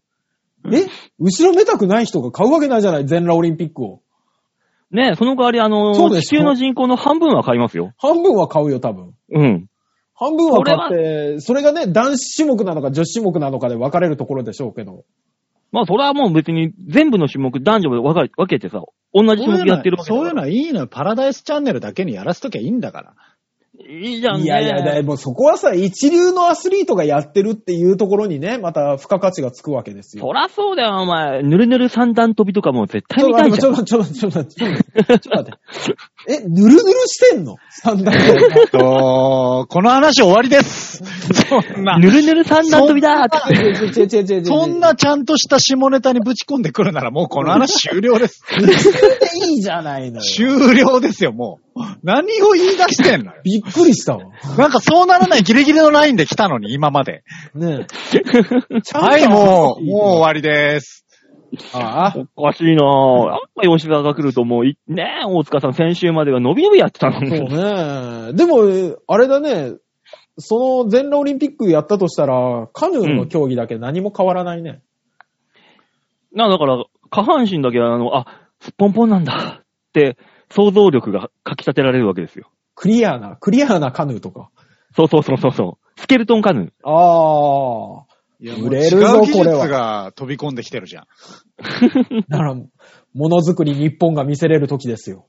S3: え後ろめたくない人が買うわけないじゃない、全裸オリンピックを。
S2: ねえその代わり、あの
S3: そうで
S2: 地
S3: しょ
S2: 球の人口の半分は買いますよ。
S3: 半分は買うよ、多分。
S2: うん。
S3: 半分は買って、それがね、男子種目なのか女子種目なのかで分かれるところでしょうけど。
S2: まあ、それはもう別に、全部の種目、男女で分かれ分けてさ、同じ種目やってるわけだ
S4: そうい
S2: か
S4: うの
S2: ら。
S4: はいいのよ。パラダイスチャンネルだけにやらせときゃいいんだから。
S2: いいじゃんね。
S3: いやいや、でもそこはさ、一流のアスリートがやってるっていうところにね、また付加価値がつくわけですよ。
S2: そらそうだよ、お前。ぬるぬる三段跳びとかも絶
S3: ち
S2: 対
S3: ょ
S2: 見
S3: ったと
S2: いじ
S3: 待
S2: ゃん。
S3: って、ちょっと待って、ちょっと待って、ちょっと待って。え、ぬるぬるしてんの三段跳
S4: と、この話終わ りです。そんな。
S2: ぬるぬる三段跳びだーって。
S3: び。 ちょちょちょちょちょ
S4: そんなちゃんとした下ネタにぶち込んでくるならもうこの話終 了です。
S3: 一流でいいじゃないのよ。
S4: 終了ですよ、もう。何を言い出してんのよ。
S3: びっくりしたわ。
S4: なんかそうならないギリギリのラインで来たのに、今まで。
S3: ねえ。ちゃんと
S4: はい、もう、もう終わりです。
S3: ああ、
S2: おかしいなぁ。やっぱ吉田が来るともうい、ねえ、大塚さん先週までは伸び伸びやってたの
S3: そう
S2: に。
S3: ね。でも、あれだね。その全裸オリンピックやったとしたら、カヌーの競技だけ何も変わらないね。
S2: な、だから、下半身だけあの、あ、すっぽんぽんなんだって、想像力がかき立てられるわけですよ。
S3: クリアな、クリアなカヌーとか。
S2: そうそうそうそうそう。スケルトンカヌ
S3: あ
S4: い
S3: やもう売れるぞ
S4: 違う
S3: これ
S4: 技
S3: は
S4: 術が飛び込んできてるじゃん。
S3: あ。なら、ものづくり日本が見せれる時ですよ。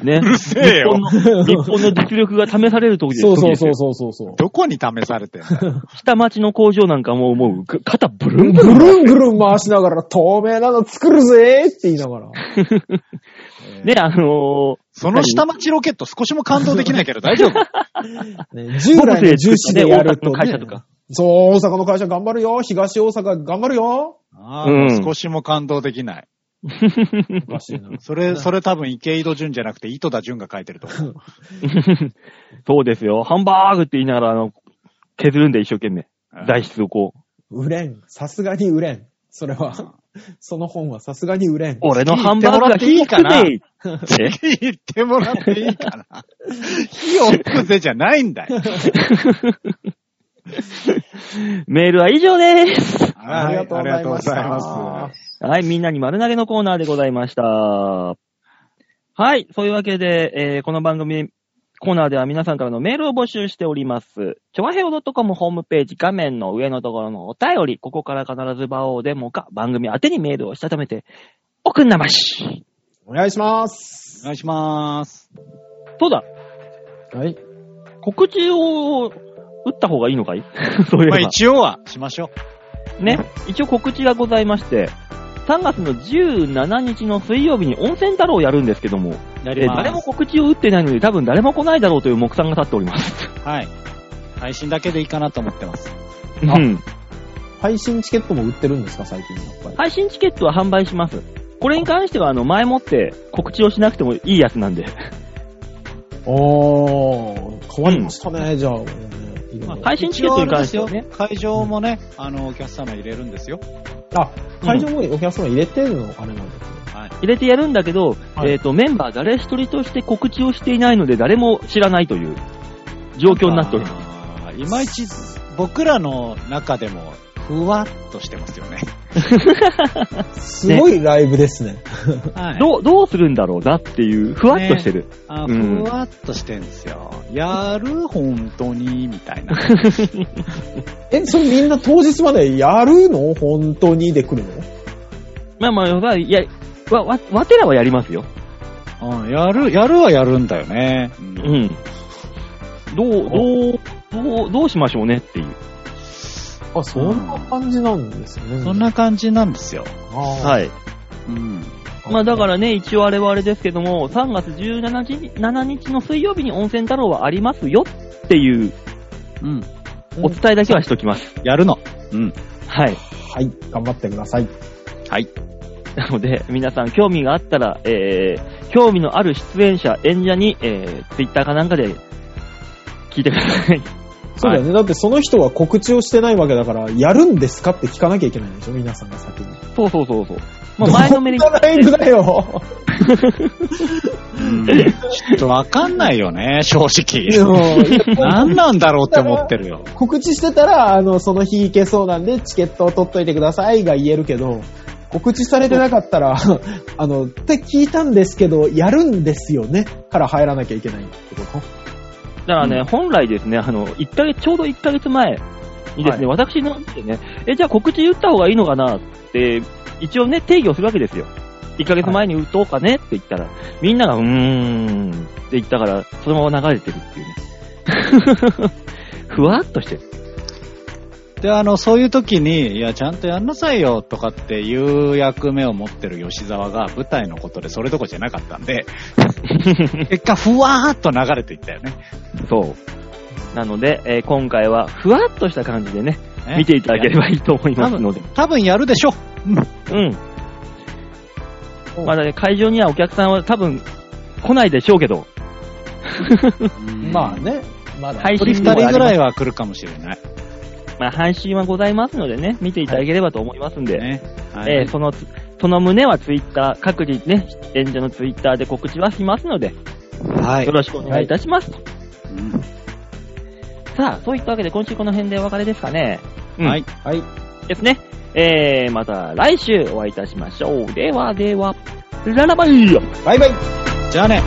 S2: ー。ね。
S4: せえ
S2: 日
S4: よ
S2: 本の、日本の実力が試される時です
S3: そうそうそうう。そうそうそう。
S4: どこに試されてんだよ
S2: 下町の工場なんかもう、もう、肩ブルン
S3: ぐ
S2: ブルン。
S3: るんぐるん回しながら、透明なの作るぜーって言いながら。
S2: ね、あのー、
S4: その下町ロケット少しも感動できないけど大丈 夫
S3: ね、従来の重視でやると、
S2: 大阪の
S3: ね。
S2: 会社とか
S3: そう、大阪の会社頑張るよ。東大阪頑張るよ。
S4: ああ、もう少しも感動できない。
S3: おかしいな。
S4: それ、それ多分池井戸潤じゃなくて井戸田潤が書いてる と思う。
S2: そうですよ。ハンバーグって言いながら、あの、削るんで一生懸命。材質をこう。
S3: 売れん。さすがに売れん。それは、その本はさすがに売れん。
S2: 俺のハンバーグが
S4: 火
S2: 火
S4: い
S2: い
S4: いかな
S2: でえ
S4: 言ってもらっていいかな。火を吹くぜじゃないん だよ。
S2: メールは以上です。
S3: ありがとうございました。
S4: ありがとうございます
S2: はい、みんなに丸投げのコーナーでございました。はい、そういうわけで、えーこの番組、コーナーでは皆さんからのメールを募集しております。ちょわへお .com ホームページ画面の上のところのお便り、ここから必ず場をデモか番組宛てにメールをしたためて、おくんなまし。
S3: お願いします。
S4: お願いします。
S2: そうだ、
S3: はい。
S2: 告知を打った方がいいのかい そういえば
S4: まあ一応はしましょ
S2: ね、一応告知がございまして、3月の17日の水曜日に温泉太郎をやるんですけども、
S4: う。や
S2: えー誰も告知を打ってないので多分誰も来ないだろうという目算が立っております。
S4: はい。配信だけでいいかなと思ってます。
S2: うん
S3: 配信チケットも売ってるんですか、最近。やっぱり。
S2: 配信チケットは販売します。これに関しては、あの、前もって告知をしなくてもいいやつなんで、
S3: おー、変わりましたね、じゃあ。ね
S4: まあ
S2: 配信チケットに関してはね
S4: 一応あれですよ会場もね、あの、お客様入れるんですよ。
S3: あ、会場もお客様入れてんのあれなんですね。
S4: はい。
S2: 入れてやるんだけど、
S3: はい
S2: えっ、と、メンバー誰一人として告知をしていないので、誰も知らないという状況になっております。
S4: あーいまいち僕らの中でも、ふわっとしてますよね。
S3: すごいライブですね。
S4: は
S2: どう、どうするんだろうなっていう、ふわっとしてる。
S4: あ
S2: うん
S4: ふわっとしてんですよ。やる本当にみたい な。
S3: え、それみんな当日までやるの本当にで来るの
S2: まあまあまあ、いや、わ、わ、わてらはやりますよ。
S4: うん、やる、やるはやるんだよね。う
S2: うんん。どう、どう、どう、どうしましょうねっていう。
S3: あ、そんな感じなんですね。
S4: そんな感じなんですよ。
S3: はい。
S2: い。
S4: うん。
S2: まあだからね、一応あれはあれですけども、3月17日7日の水曜日に温泉太郎はありますよっていう
S4: うん。
S2: お伝えだけはしときます。
S4: やるの。うん。
S2: はい。
S3: はい、頑張ってください。
S4: はい。
S2: なので、皆さん興味があったら、えー、興味のある出演者、演者に、えー、Twitter かなんかで聞いてください。
S3: そうだよね。だってその人は告知をしてないわけだから、やるんですかって聞かなきゃいけないんでしょ皆さんが先に。
S2: そうそうそうそう。まあ前のめりに
S3: どんなライブだよ。
S4: うん、ちょっとわかんないよね、正 直。
S3: うん
S4: 何なんだろうって思ってるよ。
S3: 告知してたら、あの、その日行けそうなんで、チケットを取っといてくださいが言えるけど、告知されてなかったら、 あの、って聞いたんですけど、やるんですよねから入らなきゃいけないってこと
S2: だからね、本来ですね、あの、一ヶ月、ちょうど1ヶ月前にですね、私の方でね、え、じゃあ告知言った方がいいのかなって、一応ね、定義をするわけですよ。1ヶ月前に打とうかねって言ったら、みんなが、うーんって言ったから、そのまま流れてるっていうね。 ふわっとしてる。
S4: で、あの、そういう時に、いや、ちゃんとやんなさいよとかっていう役目を持ってる吉沢が舞台のことでそれどころじゃなかった んで、結果、ふわーっと流れていったよね。
S2: そう。なので、えー今回は、ふわっとした感じでね、
S4: ね
S2: 見ていただければいいと思いますので。
S4: 多分やるでしょ。うん
S2: うん。まだね、会場にはお客さんは多分来ないでしょうけど、
S3: まあね、まだ。
S2: 配
S4: 一人二
S2: 信でもあ
S4: 人
S2: り
S4: ぐ
S2: ま
S4: ら
S2: す
S4: いは来るかもしれない。
S2: まあ、配信はございますのでね、見ていただければと思いますんで、
S4: ね。は
S2: えーそのつ、その旨はツイッター、各自ね、演者のツイッターで告知はしますので、
S4: はい
S2: よ。ろしくお願いいたします。
S4: うん
S2: さあ、そういったわけで今週この辺でお別れですかね。うん
S4: はい。
S3: はい。
S2: ですね。えー、また来週お会いいたしましょう。ではでは、ララバイ
S3: バイバイ
S4: じゃあね。